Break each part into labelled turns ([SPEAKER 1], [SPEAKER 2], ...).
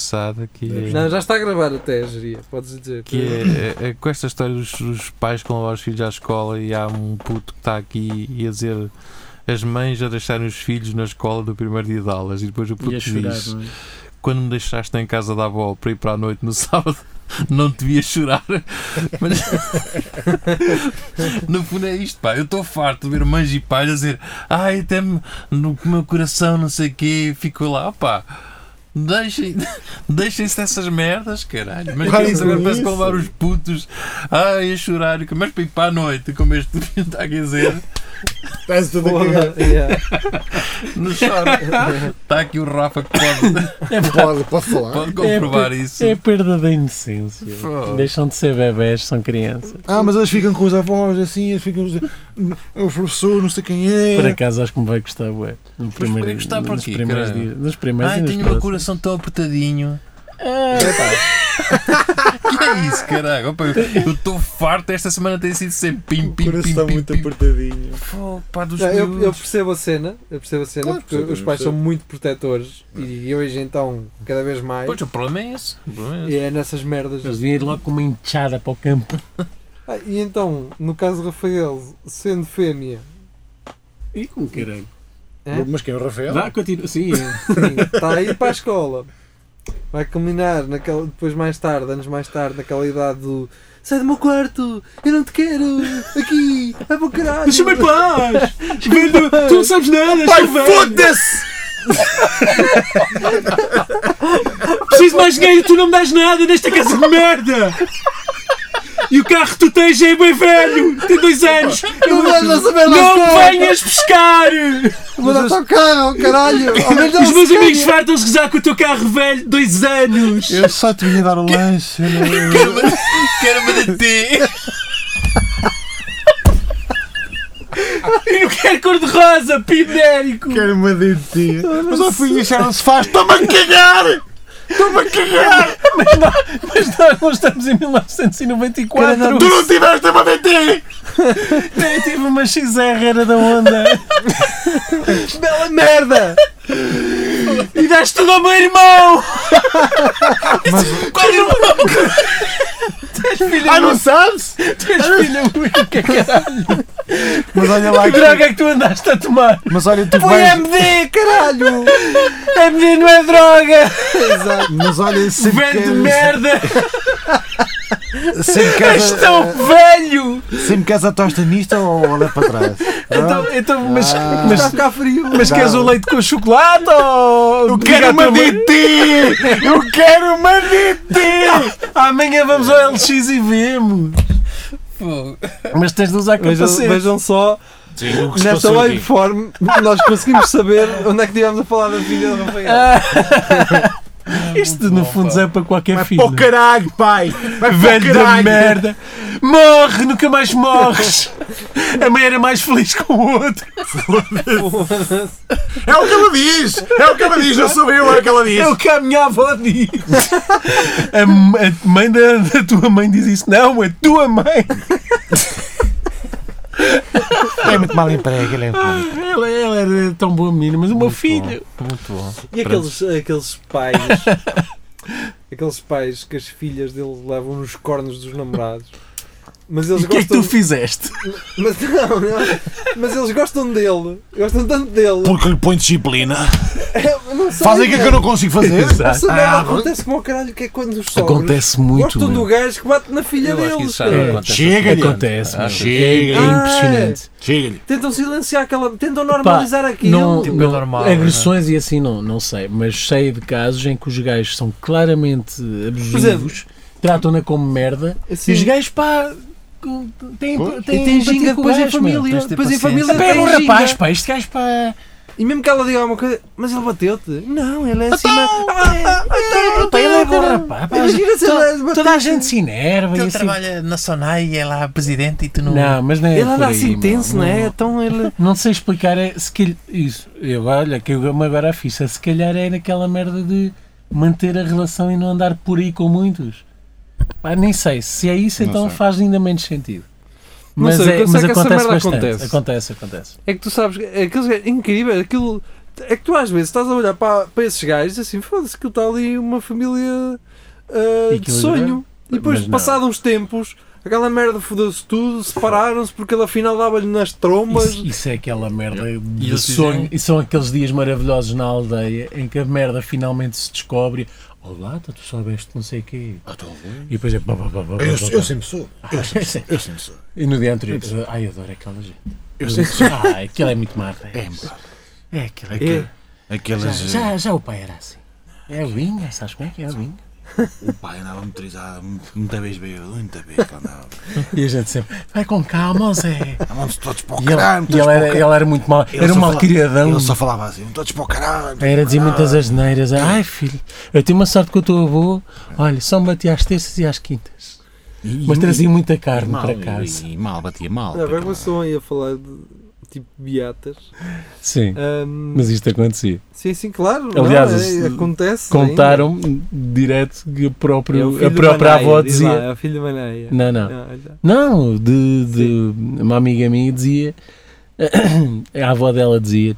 [SPEAKER 1] engraçada que é,
[SPEAKER 2] Não, já está a gravar até, geria. Podes dizer.
[SPEAKER 1] que é- é- é com esta história dos, dos pais com levar os filhos à escola e há um puto que está aqui e a dizer as mães a deixarem os filhos na escola do primeiro dia de aulas e depois o puto
[SPEAKER 3] E a chorar,
[SPEAKER 1] diz
[SPEAKER 3] não é?
[SPEAKER 1] quando me deixaste em casa da avó para ir para a noite no sábado, não te devia chorar. Mas no fundo é isto, pá. Eu estou farto de ver mães e pais a dizer ai, até me, no meu coração, não sei o quê, ficou lá, pá. Deixem- Deixem-se dessas merdas, caralho. Mas
[SPEAKER 4] Parem
[SPEAKER 1] eles
[SPEAKER 4] com
[SPEAKER 1] agora parece que
[SPEAKER 4] isso.
[SPEAKER 1] levar os putos ai, a chorar, mas para ir para a noite, como este está a dizer,
[SPEAKER 4] Estás tudo a cagar.
[SPEAKER 2] Porra, yeah.
[SPEAKER 1] não chora. Está aqui o Rafa que pode,
[SPEAKER 4] Pode, pode falar.
[SPEAKER 1] pode comprovar isso.
[SPEAKER 3] É a perda da inocência.
[SPEAKER 1] Fogo.
[SPEAKER 3] Deixam de ser bebés, são crianças.
[SPEAKER 4] Ah, mas eles ficam com os avós, assim, eles ficam. Os professores, não sei quem
[SPEAKER 3] Por
[SPEAKER 4] é.
[SPEAKER 3] acaso acho que me vai gostar, ué. No primeiro,
[SPEAKER 1] vai gostar
[SPEAKER 3] nos
[SPEAKER 1] porquê,
[SPEAKER 3] primeiros
[SPEAKER 1] caralho?
[SPEAKER 3] dias. Nos primeiros
[SPEAKER 1] Ai,
[SPEAKER 3] e nos
[SPEAKER 1] tenho o meu
[SPEAKER 3] próximos.
[SPEAKER 1] coração tão apertadinho.
[SPEAKER 2] É,
[SPEAKER 3] Ah,
[SPEAKER 1] Que é isso, caralho? Opa, eu- Eu estou farto, esta semana tem sido sempre pim,
[SPEAKER 4] O
[SPEAKER 1] pim, pim,
[SPEAKER 4] coração
[SPEAKER 1] pim,
[SPEAKER 4] muito
[SPEAKER 1] pim.
[SPEAKER 4] apertadinho.
[SPEAKER 1] Pô, pá, dos
[SPEAKER 2] Não, eu, eu
[SPEAKER 1] miúdos.
[SPEAKER 2] percebo a cena, eu percebo a cena
[SPEAKER 4] Claro,
[SPEAKER 2] porque
[SPEAKER 4] percebo,
[SPEAKER 2] os pais são
[SPEAKER 4] percebo.
[SPEAKER 2] muito protetores e hoje então cada vez mais
[SPEAKER 1] Pois, o problema é esse. o problema é
[SPEAKER 2] e
[SPEAKER 1] esse.
[SPEAKER 2] é nessas merdas.
[SPEAKER 3] eles deviam ir logo com uma enxada para o campo.
[SPEAKER 2] Ah, e então, no caso de Rafael, sendo fêmea,
[SPEAKER 3] E com caralho.
[SPEAKER 2] É?
[SPEAKER 4] Mas quem é o Rafael?
[SPEAKER 3] Dá, continua. Sim, é.
[SPEAKER 2] sim, está a ir para a escola. Vai culminar naquela, depois mais tarde, anos mais tarde, naquela idade do Sai do meu quarto, eu não te quero, aqui, é para o caralho.
[SPEAKER 3] Deixa-me em paz! Velho, tu não sabes nada! estou velho.
[SPEAKER 4] foda-se!
[SPEAKER 3] Preciso de mais dinheiro e tu não me das nada nesta casa de merda! E o carro que tu tens é bem velho! Tem dois anos!
[SPEAKER 2] Não vais lá saber lá
[SPEAKER 3] Não
[SPEAKER 2] escola.
[SPEAKER 3] venhas pescar!
[SPEAKER 2] Vou dar ao
[SPEAKER 4] oh,
[SPEAKER 2] carro, caralho! Ao menos
[SPEAKER 4] é
[SPEAKER 2] ela
[SPEAKER 4] um
[SPEAKER 3] Os
[SPEAKER 2] se
[SPEAKER 3] meus
[SPEAKER 2] calha.
[SPEAKER 3] amigos fartam-se gozar com o teu carro velho, dois anos!
[SPEAKER 4] Eu só te vinha dar o lanche. eu não- eu-
[SPEAKER 1] Quero uma- Quero uma de ti.
[SPEAKER 3] E não quero cor-de-rosa, pindérico!
[SPEAKER 4] Quero uma dentinha. Mas ao fim acharam-se faz. Toma um a cagar! Toma a cagar!
[SPEAKER 3] Mas nós não estamos em 1994!
[SPEAKER 2] Caramba.
[SPEAKER 4] Tu não tiveste uma dentinha!
[SPEAKER 3] Eu tive uma XR era da onda!
[SPEAKER 2] Bela merda!
[SPEAKER 3] E deste tudo ao meu irmão! é Quase não-
[SPEAKER 4] Ah, não sabes?
[SPEAKER 3] Tu és filha única, caralho!
[SPEAKER 4] Mas olha lá
[SPEAKER 3] Que
[SPEAKER 4] aqui.
[SPEAKER 3] droga é que tu andaste a tomar?
[SPEAKER 4] Mas olha, tu
[SPEAKER 2] Foi
[SPEAKER 4] vais.
[SPEAKER 2] MD, caralho!
[SPEAKER 3] MD não é droga!
[SPEAKER 2] Exato.
[SPEAKER 4] Mas olha, sempre
[SPEAKER 3] Velho de
[SPEAKER 4] queres,
[SPEAKER 3] merda!
[SPEAKER 4] sempre
[SPEAKER 3] És
[SPEAKER 4] queres,
[SPEAKER 3] tão velho!
[SPEAKER 4] sempre queres a tosta nisto ou olha para trás?
[SPEAKER 3] Então, então mas,
[SPEAKER 4] Ah.
[SPEAKER 3] mas,
[SPEAKER 2] Está a ficar frio!
[SPEAKER 3] mas queres o leite com chocolate ou. um- Eu
[SPEAKER 4] DT! Eu quero uma DT!
[SPEAKER 3] Amanhã vamos ao LX e vemos!
[SPEAKER 1] Fogo.
[SPEAKER 3] Mas tens de usar
[SPEAKER 2] Vejam,
[SPEAKER 3] capacete.
[SPEAKER 2] vejam só, nesta waveform nós conseguimos saber onde é que estivemos a falar da filha do Rafael.
[SPEAKER 3] Ah. Isto no fundo é para qualquer filho.
[SPEAKER 4] Pô caralho, pai! Vai
[SPEAKER 3] Velho da merda! Morre! Nunca mais morres! A mãe era mais feliz com o outro!
[SPEAKER 4] É o que ela diz! É o que ela diz, não sou eu, é o que ela diz!
[SPEAKER 3] É o que a minha avó diz. A, m- a mãe da, da tua mãe diz isso. Não, a tua mãe.
[SPEAKER 4] É muito mal emprego, ele é muito
[SPEAKER 3] Ah, Ela, ela era tão boa menina, mas o meu filho.
[SPEAKER 1] Muito bom.
[SPEAKER 2] E aqueles, aqueles pais. aqueles pais que as filhas deles levam nos cornos dos namorados. Mas eles
[SPEAKER 3] E o que é que
[SPEAKER 2] gostam.
[SPEAKER 3] tu fizeste?
[SPEAKER 2] mas, não, não, mas eles gostam dele. Gostam tanto dele. É,
[SPEAKER 4] Porque lhe põe disciplina.
[SPEAKER 2] Eu não sei,
[SPEAKER 4] Fazem aquilo que eu
[SPEAKER 2] mano.
[SPEAKER 4] não consigo fazer.
[SPEAKER 2] Essa merda
[SPEAKER 4] Ah,
[SPEAKER 2] acontece como ao caralho, que é quando os sogros
[SPEAKER 3] Acontece muito.
[SPEAKER 2] gostam do
[SPEAKER 3] meu.
[SPEAKER 2] gajo que bate na filha
[SPEAKER 1] Eu acho que
[SPEAKER 2] deles.
[SPEAKER 1] isso já
[SPEAKER 2] cara.
[SPEAKER 1] não acontece.
[SPEAKER 4] Chega-lhe!
[SPEAKER 3] Acontece. meu. É
[SPEAKER 4] Chega-lhe!
[SPEAKER 2] Ah,
[SPEAKER 3] impressionante.
[SPEAKER 4] Chega-lhe!
[SPEAKER 2] Tentam silenciar aquela. Tentam normalizar aquilo.
[SPEAKER 3] Não,
[SPEAKER 1] Tipo, é
[SPEAKER 3] não-
[SPEAKER 1] normal,
[SPEAKER 3] agressões e assim não, não sei, mas sei de casos em que os gajos são claramente abusivos, tratam-na como merda
[SPEAKER 2] Assim.
[SPEAKER 3] e os gajos pá têm,
[SPEAKER 4] Pois.
[SPEAKER 3] têm
[SPEAKER 2] e tem ginga
[SPEAKER 3] empatia com o
[SPEAKER 2] depois em
[SPEAKER 3] gajo, meu.
[SPEAKER 2] família.
[SPEAKER 1] Tens de ter
[SPEAKER 2] Depois em
[SPEAKER 1] paciência.
[SPEAKER 2] família
[SPEAKER 3] Pega
[SPEAKER 2] tem
[SPEAKER 3] um rapaz,
[SPEAKER 2] ginga.
[SPEAKER 3] pá, este gajo pá.
[SPEAKER 2] E mesmo que ela diga alguma coisa, mas ele bateu-te? Não, ele é assim. mas- Ah, ah, ah,
[SPEAKER 3] Pá, ele é bom
[SPEAKER 2] cara.
[SPEAKER 3] rapaz. pá.
[SPEAKER 2] Imagina se ele
[SPEAKER 3] Toda,
[SPEAKER 2] bateu.
[SPEAKER 3] toda a gente se enerva e assim.
[SPEAKER 1] na Sonai e é lá presidente e tu
[SPEAKER 3] Não, mas não é.
[SPEAKER 2] Ele
[SPEAKER 3] por
[SPEAKER 2] anda
[SPEAKER 3] aí,
[SPEAKER 2] assim
[SPEAKER 3] meu.
[SPEAKER 2] tenso, não é? Então ele.
[SPEAKER 3] Não sei explicar, é, se calhar, isso, eu, olha, que eu me agora a ficha, se calhar é naquela merda de manter a relação e não andar por aí com muitos. Pá, nem sei, se é isso,
[SPEAKER 4] Não
[SPEAKER 3] então
[SPEAKER 4] sei.
[SPEAKER 3] faz ainda menos sentido.
[SPEAKER 2] Não
[SPEAKER 3] Mas,
[SPEAKER 2] sei, o que
[SPEAKER 3] é,
[SPEAKER 2] eu sei
[SPEAKER 3] mas
[SPEAKER 2] é que essa
[SPEAKER 3] acontece
[SPEAKER 2] merda
[SPEAKER 3] bastante.
[SPEAKER 2] acontece.
[SPEAKER 3] Acontece, acontece.
[SPEAKER 2] É que tu sabes, aquilo é incrível, aquilo É que tu às vezes estás a olhar para, para esses gajos e assim, foda-se que está ali uma família ah,
[SPEAKER 3] E
[SPEAKER 2] de
[SPEAKER 3] aquilo
[SPEAKER 2] sonho. E depois,
[SPEAKER 4] Mas não.
[SPEAKER 2] passados uns tempos, aquela merda fodeu-se tudo, separaram-se porque ele afinal dava-lhe nas trombas.
[SPEAKER 3] Isso, isso é aquela merda de
[SPEAKER 1] eles
[SPEAKER 3] sonho.
[SPEAKER 1] fizeram-
[SPEAKER 3] E são aqueles dias maravilhosos na aldeia em que a merda finalmente se descobre. Olá, tá, tu soubeste não sei o quê.
[SPEAKER 4] Ah, talvez.
[SPEAKER 3] E depois é. pá, pá, pá, pá, pá,
[SPEAKER 4] Eu,
[SPEAKER 3] pá,
[SPEAKER 4] eu
[SPEAKER 3] pá.
[SPEAKER 4] sempre sou. Eu sempre sou. Eu sempre sou.
[SPEAKER 3] E no dia anterior, tu- ai, adoro aquela gente.
[SPEAKER 4] Eu sempre sou.
[SPEAKER 3] Ah, aquilo é muito marca.
[SPEAKER 4] É,
[SPEAKER 3] É.
[SPEAKER 4] pá. é aquela.
[SPEAKER 2] É.
[SPEAKER 4] aquela-
[SPEAKER 3] Já,
[SPEAKER 4] Aquelas. eh,
[SPEAKER 3] já, já o pai era assim. É a vinga, sabes como é que é a vinga?
[SPEAKER 4] O pai andava motorizado, muita vez bêbado, muita vez que andava.
[SPEAKER 3] E a gente sempre, vai com calma, ó Zé.
[SPEAKER 4] Andávamos todos para o
[SPEAKER 3] E ele,
[SPEAKER 4] caralho,
[SPEAKER 3] e
[SPEAKER 4] todos
[SPEAKER 3] ele
[SPEAKER 4] para o
[SPEAKER 3] era,
[SPEAKER 4] caralho.
[SPEAKER 3] ele era muito mal,
[SPEAKER 4] Ele
[SPEAKER 3] era um
[SPEAKER 4] só falava-
[SPEAKER 3] malcriadão.
[SPEAKER 4] Ele só Ah. falava assim, todos para o caralho.
[SPEAKER 3] Era dizer muitas asneiras. Ai filho, eu tenho uma sorte que o teu avô, olha, só me batia às terças e às quintas.
[SPEAKER 4] E-
[SPEAKER 3] Mas
[SPEAKER 4] e-
[SPEAKER 3] trazia muita
[SPEAKER 4] e
[SPEAKER 3] carne
[SPEAKER 4] mal,
[SPEAKER 3] para casa.
[SPEAKER 4] E, e mal, batia mal.
[SPEAKER 2] Olha,
[SPEAKER 4] para
[SPEAKER 2] Agora vocês estão aí a falar de tipo beatas.
[SPEAKER 3] Sim,
[SPEAKER 2] Ahm,
[SPEAKER 3] mas isto acontecia.
[SPEAKER 2] Sim, sim, claro.
[SPEAKER 3] Aliás,
[SPEAKER 2] não,
[SPEAKER 3] os-
[SPEAKER 2] é, acontece.
[SPEAKER 3] Contaram-me direto que a,
[SPEAKER 2] ainda. É o
[SPEAKER 3] próprio,
[SPEAKER 2] filho
[SPEAKER 3] a
[SPEAKER 2] da
[SPEAKER 3] própria
[SPEAKER 2] Manaia,
[SPEAKER 3] avó
[SPEAKER 2] diz Lá,
[SPEAKER 3] dizia.
[SPEAKER 2] é o filho da Manaia.
[SPEAKER 3] Não, não.
[SPEAKER 2] Ah, olha.
[SPEAKER 3] Não, de, de- uma amiga minha dizia, a avó dela dizia,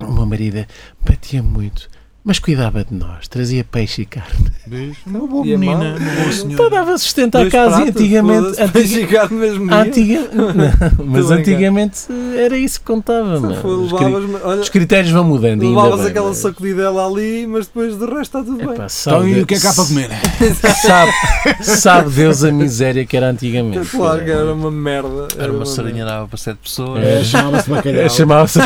[SPEAKER 3] o meu marido batia muito, mas cuidava de nós, trazia peixe e carne.
[SPEAKER 4] Uma boa
[SPEAKER 2] E é
[SPEAKER 4] menina,
[SPEAKER 2] mau.
[SPEAKER 4] uma boa
[SPEAKER 3] Então
[SPEAKER 4] senhora.
[SPEAKER 3] dava sustento à
[SPEAKER 2] Dois
[SPEAKER 3] casa e
[SPEAKER 2] pratos,
[SPEAKER 3] antigamente,
[SPEAKER 2] foda-se, vai
[SPEAKER 3] antiga-
[SPEAKER 2] chegar no mesmo dia.
[SPEAKER 3] antiga- não, mas
[SPEAKER 2] Tô a brincar.
[SPEAKER 3] antigamente era isso que contava. mano.
[SPEAKER 2] Foi,
[SPEAKER 3] Os, cri-
[SPEAKER 2] levavas, olha,
[SPEAKER 3] os critérios vão mudando. ainda
[SPEAKER 2] levavas
[SPEAKER 3] bem,
[SPEAKER 2] aquela
[SPEAKER 3] mas-
[SPEAKER 2] sacudidela ali, mas depois do resto está tudo bem.
[SPEAKER 3] Epá,
[SPEAKER 4] Então
[SPEAKER 3] sabe,
[SPEAKER 4] e o que é que há para comer?
[SPEAKER 3] Sabe, sabe Deus a miséria que era antigamente.
[SPEAKER 2] É claro que era uma merda.
[SPEAKER 1] Era uma sardinha
[SPEAKER 2] merda.
[SPEAKER 1] dava para sete pessoas.
[SPEAKER 3] É,
[SPEAKER 4] chamava-se
[SPEAKER 3] É,
[SPEAKER 4] bacalhau.
[SPEAKER 3] Chamava-se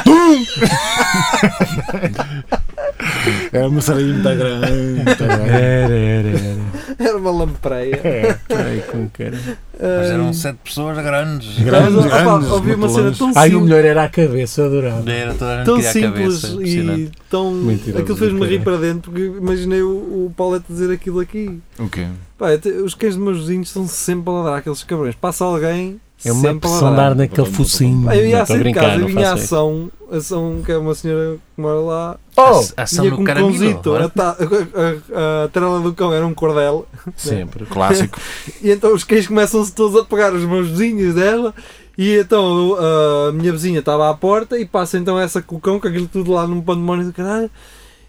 [SPEAKER 4] Era É uma sarinha
[SPEAKER 2] Tá
[SPEAKER 4] muito grande.
[SPEAKER 3] Era, era, era.
[SPEAKER 2] Era uma lampreia.
[SPEAKER 4] É,
[SPEAKER 3] Ai, com cara.
[SPEAKER 1] Mas
[SPEAKER 3] um
[SPEAKER 1] eram
[SPEAKER 2] Ah,
[SPEAKER 1] sete pessoas grandes.
[SPEAKER 2] mas,
[SPEAKER 4] Grandes,
[SPEAKER 2] opá,
[SPEAKER 4] grandes,
[SPEAKER 2] ouvi uma
[SPEAKER 4] muito
[SPEAKER 2] cena
[SPEAKER 4] longe.
[SPEAKER 2] tão
[SPEAKER 3] Ai, um o
[SPEAKER 2] simples,
[SPEAKER 3] melhor era a cabeça, eu
[SPEAKER 2] É
[SPEAKER 3] adorava.
[SPEAKER 1] Era toda a gente
[SPEAKER 2] tão
[SPEAKER 1] queria a
[SPEAKER 2] simples
[SPEAKER 1] cabeça.
[SPEAKER 2] e
[SPEAKER 1] Impressionante.
[SPEAKER 2] tão.
[SPEAKER 3] Mentiroso,
[SPEAKER 2] aquilo fez-me rir
[SPEAKER 3] caralho.
[SPEAKER 2] para dentro porque imaginei o, o Paulette dizer aquilo aqui.
[SPEAKER 4] O quê?
[SPEAKER 2] Pá, até- os cães dos meus vizinhos estão sempre a ladrar aqueles cabrões. Passa alguém.
[SPEAKER 3] É uma
[SPEAKER 2] sempre a
[SPEAKER 3] pressão de
[SPEAKER 2] ladrar.
[SPEAKER 3] ar naquele focinho.
[SPEAKER 2] Pá, Eu ia
[SPEAKER 3] Não,
[SPEAKER 2] a
[SPEAKER 3] tô
[SPEAKER 2] sair
[SPEAKER 3] a
[SPEAKER 2] de
[SPEAKER 3] brincar,
[SPEAKER 2] casa
[SPEAKER 3] não
[SPEAKER 2] e vinha a
[SPEAKER 3] faço isso.
[SPEAKER 2] ação, ação que é uma senhora que mora lá
[SPEAKER 3] Oh!
[SPEAKER 1] A- Ação
[SPEAKER 2] Vinha com
[SPEAKER 1] do
[SPEAKER 2] um
[SPEAKER 1] caramelo.
[SPEAKER 2] cãozito, a,
[SPEAKER 1] ora.
[SPEAKER 2] ta- a- a- a trela do cão era um cordel
[SPEAKER 3] Sempre.
[SPEAKER 4] Clássico.
[SPEAKER 2] e então os cães começam-se todos a pegar os meus vizinhos dela e então uh, a minha vizinha estava à porta e passa então essa com o cão com aquilo tudo lá num pandemónio do caralho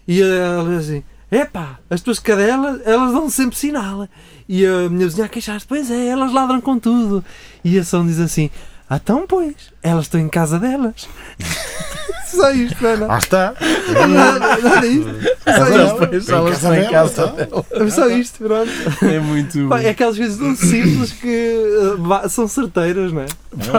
[SPEAKER 2] e ela assim epá, as tuas cadelas elas dão sempre sinal e a minha vizinha a queixar-se, pois é, elas ladram com tudo e a São diz assim ah então pois, elas estão em casa delas só isto, não é nada
[SPEAKER 4] Ah, está.
[SPEAKER 2] nada, nada é isto só isto
[SPEAKER 4] Em casa dela.
[SPEAKER 2] É só isto, pronto.
[SPEAKER 3] É muito.
[SPEAKER 2] Pá, é aquelas vezes tão simples que eh, vá- são certeiras, não é?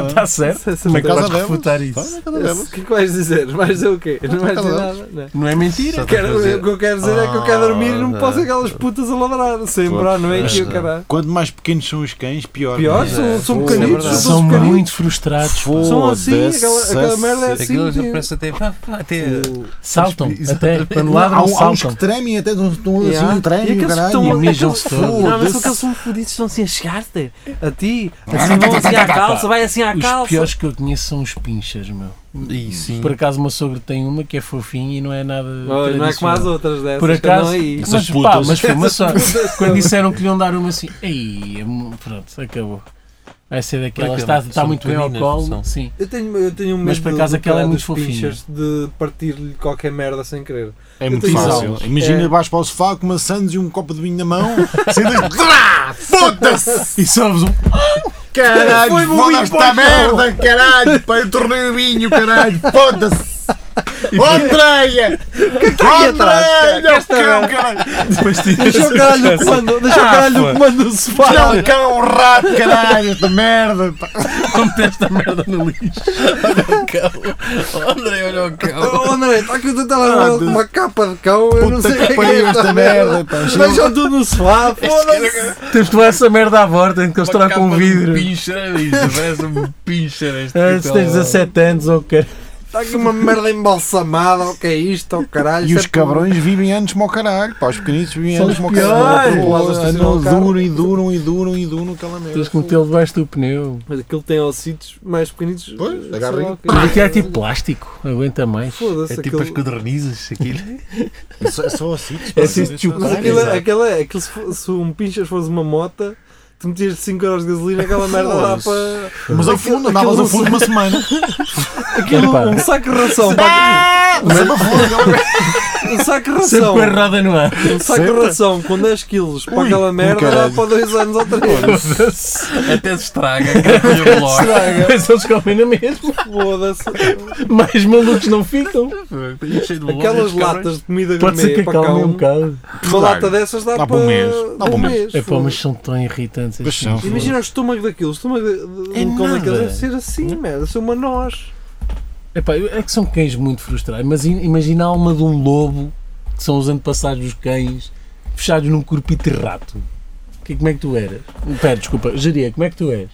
[SPEAKER 3] Está certo.
[SPEAKER 2] São
[SPEAKER 3] Como é que
[SPEAKER 2] certeiras.
[SPEAKER 3] vais refutar isso?
[SPEAKER 4] Está na casa delas.
[SPEAKER 2] O que é que vais dizer? Vais dizer o quê? Não vais dizer nada, não é?
[SPEAKER 3] Não é mentira?
[SPEAKER 1] Só
[SPEAKER 2] Quero-
[SPEAKER 1] estás a dizer-
[SPEAKER 2] o que eu quero dizer é que eu quero dormir e não
[SPEAKER 1] Ah,
[SPEAKER 2] posso aquelas putas a ladrar sempre à
[SPEAKER 3] é
[SPEAKER 2] noite e o caralho.
[SPEAKER 4] Quanto mais pequenos são os cães, pior.
[SPEAKER 2] Pior,
[SPEAKER 1] Mas
[SPEAKER 2] são,
[SPEAKER 1] é,
[SPEAKER 2] são
[SPEAKER 1] pô,
[SPEAKER 2] pequenitos,
[SPEAKER 1] é verdade.
[SPEAKER 2] são
[SPEAKER 3] São
[SPEAKER 2] todos pequenitos.
[SPEAKER 3] muito frustrados. pá.
[SPEAKER 2] São assim, aquela- aquela merda é assim.
[SPEAKER 1] Aquilo já
[SPEAKER 2] sim.
[SPEAKER 1] parece até. até
[SPEAKER 3] Saltam. Até
[SPEAKER 1] Exatamente.
[SPEAKER 3] quando
[SPEAKER 4] Há, um- há
[SPEAKER 3] ladram,
[SPEAKER 4] uns que
[SPEAKER 3] saltam.
[SPEAKER 4] tremem, até estão
[SPEAKER 2] Yeah.
[SPEAKER 4] assim, um
[SPEAKER 2] E
[SPEAKER 4] tremem,
[SPEAKER 2] aqueles que
[SPEAKER 4] caralho.
[SPEAKER 2] estão
[SPEAKER 3] E mijam-se
[SPEAKER 2] aqueles-
[SPEAKER 3] todos.
[SPEAKER 2] Não, mas são
[SPEAKER 4] Foda-se.
[SPEAKER 2] aqueles que são fodidos, estão assim a chegar-te a ti, assim vão assim à calça, vai assim à
[SPEAKER 3] Os
[SPEAKER 2] calça.
[SPEAKER 3] piores que eu conheço são os pinchas, meu.
[SPEAKER 1] E sim.
[SPEAKER 3] Por acaso, o meu sogro tem uma que é fofinha e não é nada.
[SPEAKER 2] Pois, não é como as
[SPEAKER 3] tradicional.
[SPEAKER 2] outras dessas.
[SPEAKER 3] Por
[SPEAKER 2] que andam
[SPEAKER 3] acaso,
[SPEAKER 2] aí.
[SPEAKER 4] Essas
[SPEAKER 3] mas pá,
[SPEAKER 4] putas.
[SPEAKER 3] mas foi uma sorte.
[SPEAKER 2] Essas
[SPEAKER 3] Quando disseram que lhe iam dar uma assim, aí, é mu- pronto, acabou. Vai ser daquela,
[SPEAKER 1] Daquela,
[SPEAKER 3] está, está
[SPEAKER 1] são
[SPEAKER 3] muito bem ao
[SPEAKER 1] pequeninas,
[SPEAKER 3] colo,
[SPEAKER 1] são.
[SPEAKER 3] sim.
[SPEAKER 2] Eu tenho, eu tenho um medo
[SPEAKER 3] Mas por acaso
[SPEAKER 2] do-
[SPEAKER 3] aquela é
[SPEAKER 2] dos
[SPEAKER 3] muito fofinha.
[SPEAKER 2] pinchers de partir-lhe qualquer merda sem querer.
[SPEAKER 4] É muito
[SPEAKER 2] Tens
[SPEAKER 4] fácil.
[SPEAKER 3] aulas.
[SPEAKER 4] Imagina,
[SPEAKER 2] É.
[SPEAKER 4] vais para o sofá com maçãs e um copo de vinho na mão, sentas. Drá! Foda-se!
[SPEAKER 3] E sobes um.
[SPEAKER 4] Caralho,
[SPEAKER 2] Foi-me um
[SPEAKER 4] foda
[SPEAKER 2] vinho
[SPEAKER 4] esta
[SPEAKER 2] para o chão.
[SPEAKER 4] merda, caralho! Pá, eu tornei o vinho, caralho! Foda-se! Andréia! é
[SPEAKER 2] atrás,
[SPEAKER 4] Andréia! é
[SPEAKER 2] esta merda?
[SPEAKER 4] caralho!
[SPEAKER 3] Depois tiras
[SPEAKER 2] Deixa o caralho o
[SPEAKER 3] essa-
[SPEAKER 2] comando, deixa o caralho o comando do
[SPEAKER 4] Olha
[SPEAKER 2] sofá.
[SPEAKER 4] o cão, um rato, caralho! Esta merda! pá.
[SPEAKER 3] como esta merda no lixo.
[SPEAKER 1] Oh, André, olha o cão.
[SPEAKER 2] Oh, André, está aqui o teu telemóvel com uma capa de cão, eu não
[SPEAKER 4] Ah, Puta
[SPEAKER 2] sei o
[SPEAKER 4] que
[SPEAKER 2] que é
[SPEAKER 4] pariu
[SPEAKER 2] esta
[SPEAKER 4] esta merda! pá. É
[SPEAKER 2] merda. Deixam tudo no sofá, foda-se.
[SPEAKER 3] Temos de levar essa merda à borda, que eles
[SPEAKER 1] Uma
[SPEAKER 3] trocam
[SPEAKER 1] capa
[SPEAKER 3] um
[SPEAKER 1] de
[SPEAKER 3] vidro.
[SPEAKER 1] Pincher, é isto, parece um pincher. este
[SPEAKER 3] Antes
[SPEAKER 1] tipo,
[SPEAKER 3] tens 17 anos, ou okay.
[SPEAKER 2] Está Tá aqui uma merda embalsamada, o que é isto, o caralho.
[SPEAKER 4] E
[SPEAKER 2] isto
[SPEAKER 4] os
[SPEAKER 2] é
[SPEAKER 4] cabrões vivem anos como o caralho, pá, os pequenitos vivem
[SPEAKER 3] São
[SPEAKER 4] anos
[SPEAKER 3] os
[SPEAKER 4] como o
[SPEAKER 2] piores.
[SPEAKER 4] caralho.
[SPEAKER 2] Lá das
[SPEAKER 4] Pô,
[SPEAKER 2] estacionam
[SPEAKER 4] Andam,
[SPEAKER 2] o carro.
[SPEAKER 4] duram e duram e duram e duram aquela merda.
[SPEAKER 3] Tens que metê-lo debaixo do pneu.
[SPEAKER 2] Mas aquilo tem ossitos mais pequenitos.
[SPEAKER 4] Pois,
[SPEAKER 2] sei lá
[SPEAKER 4] agarra
[SPEAKER 2] o quê.
[SPEAKER 3] Mas aquilo é tipo plástico, aguenta mais.
[SPEAKER 2] Foda-se,
[SPEAKER 1] É tipo as
[SPEAKER 2] aquilo.
[SPEAKER 1] cadernizas, aquilo.
[SPEAKER 4] É só- é só assim.
[SPEAKER 3] É assim de chocolate.
[SPEAKER 2] Mas
[SPEAKER 3] Claro,
[SPEAKER 2] aquilo,
[SPEAKER 3] exato.
[SPEAKER 2] é- aquilo é, aquilo se, fo- se um pinchas fosse uma mota, tu metias 5 euros de gasolina, aquela merda dá
[SPEAKER 4] Foda-se.
[SPEAKER 2] para.
[SPEAKER 4] Mas ao fundo, andavas ao fundo uma semana.
[SPEAKER 2] Aquilo,
[SPEAKER 3] Epá.
[SPEAKER 2] um saco de ração para,
[SPEAKER 4] merda! Mas é uma folha!
[SPEAKER 2] Um saco de
[SPEAKER 3] Sempre
[SPEAKER 2] ração.
[SPEAKER 3] com a roda no ar.
[SPEAKER 2] Um saco de
[SPEAKER 4] Sempre.
[SPEAKER 2] ração com 10 quilos para
[SPEAKER 4] Ui, um
[SPEAKER 2] aquela merda dá
[SPEAKER 4] caralho.
[SPEAKER 2] para 2 anos ou 3.
[SPEAKER 1] Até se estraga aquele bloco.
[SPEAKER 2] Estraga.
[SPEAKER 3] Mas eles comem na mesma.
[SPEAKER 2] Foda-se.
[SPEAKER 3] Mais malucos não ficam.
[SPEAKER 1] Cheio de bolor,
[SPEAKER 2] Aquelas
[SPEAKER 1] esses cabras.
[SPEAKER 2] latas de comida
[SPEAKER 3] Pode ser
[SPEAKER 2] gourmet
[SPEAKER 3] que
[SPEAKER 2] para cá.
[SPEAKER 3] acalmem um
[SPEAKER 2] Um,
[SPEAKER 3] bocado.
[SPEAKER 2] uma lata dessas dá,
[SPEAKER 4] Dá para um mês. Dá para um mês.
[SPEAKER 3] É pá,
[SPEAKER 2] foda-se.
[SPEAKER 3] mas são tão irritantes.
[SPEAKER 4] Pois
[SPEAKER 3] estes
[SPEAKER 4] são.
[SPEAKER 3] filmes.
[SPEAKER 2] Imagina o estômago daquilo, o estômago de, de
[SPEAKER 3] É
[SPEAKER 2] um cão daquele
[SPEAKER 3] nada.
[SPEAKER 2] deve ser assim, merda, ser uma noz.
[SPEAKER 3] É pá, é que são cães muito frustrados. Mas im- imagina a alma de um lobo, que são os antepassados dos cães, fechados num corpite de rato. Que, como é que tu eras? Pera, desculpa, Jeria, como é que tu és?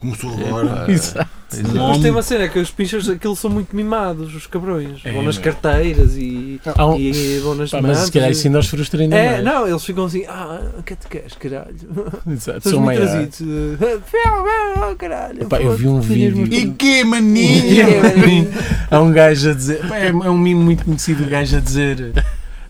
[SPEAKER 4] Começou agora.
[SPEAKER 3] Exato.
[SPEAKER 2] Depois
[SPEAKER 1] Nome-
[SPEAKER 2] tem uma cena que os pinchas, aquilo são muito mimados, os cabrões.
[SPEAKER 3] É,
[SPEAKER 2] vão nas
[SPEAKER 3] meu.
[SPEAKER 2] carteiras e,
[SPEAKER 3] Há um-
[SPEAKER 2] e vão nas
[SPEAKER 3] Pá,
[SPEAKER 2] mãos
[SPEAKER 3] mas se calhar
[SPEAKER 2] e-
[SPEAKER 3] isso ainda os frustra ainda
[SPEAKER 2] É,
[SPEAKER 3] mais.
[SPEAKER 2] não, eles ficam assim, ah, o que é que tu queres, caralho?
[SPEAKER 3] Exato,
[SPEAKER 2] Estás
[SPEAKER 3] são
[SPEAKER 2] muito
[SPEAKER 3] maiores.
[SPEAKER 2] trazidos. eh, fiel, fiel, oh, caralho.
[SPEAKER 3] Epá, eu vi um
[SPEAKER 2] Tinhas
[SPEAKER 3] vídeo.
[SPEAKER 2] muito-
[SPEAKER 4] E que maninha!
[SPEAKER 3] Há um gajo a dizer. pá, É um mimo muito conhecido. O gajo a dizer.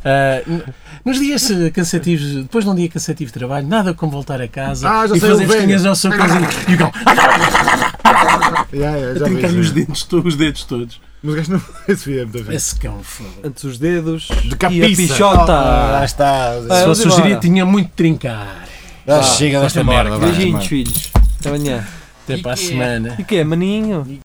[SPEAKER 3] ah, n- nos dias eh, cansativos, depois de um dia cansativo de trabalho, nada como voltar a casa
[SPEAKER 4] Ah, já
[SPEAKER 3] e
[SPEAKER 4] sei,
[SPEAKER 3] fazer
[SPEAKER 4] o velho.
[SPEAKER 3] festinhas ao seu casinho e o cão
[SPEAKER 4] Já, já,
[SPEAKER 3] a
[SPEAKER 4] já
[SPEAKER 3] trincar
[SPEAKER 4] vejo.
[SPEAKER 3] os dentes, to- os dedos todos.
[SPEAKER 4] Mas o gajo não esse é muita vez.
[SPEAKER 3] Esse cão foda.
[SPEAKER 2] Antes os dedos e
[SPEAKER 4] capiça.
[SPEAKER 2] a
[SPEAKER 4] Ah, lá
[SPEAKER 2] pichota.
[SPEAKER 4] está.
[SPEAKER 3] Se
[SPEAKER 2] Ah,
[SPEAKER 3] fosse
[SPEAKER 2] vamos
[SPEAKER 3] sugeria,
[SPEAKER 2] embora.
[SPEAKER 3] tinha muito de trincar.
[SPEAKER 4] Já Ah, chega desta merda. vai,
[SPEAKER 2] Beijinhos,
[SPEAKER 4] mano.
[SPEAKER 2] filhos. Até amanhã.
[SPEAKER 3] Até para a semana.
[SPEAKER 2] E o que é, maninho?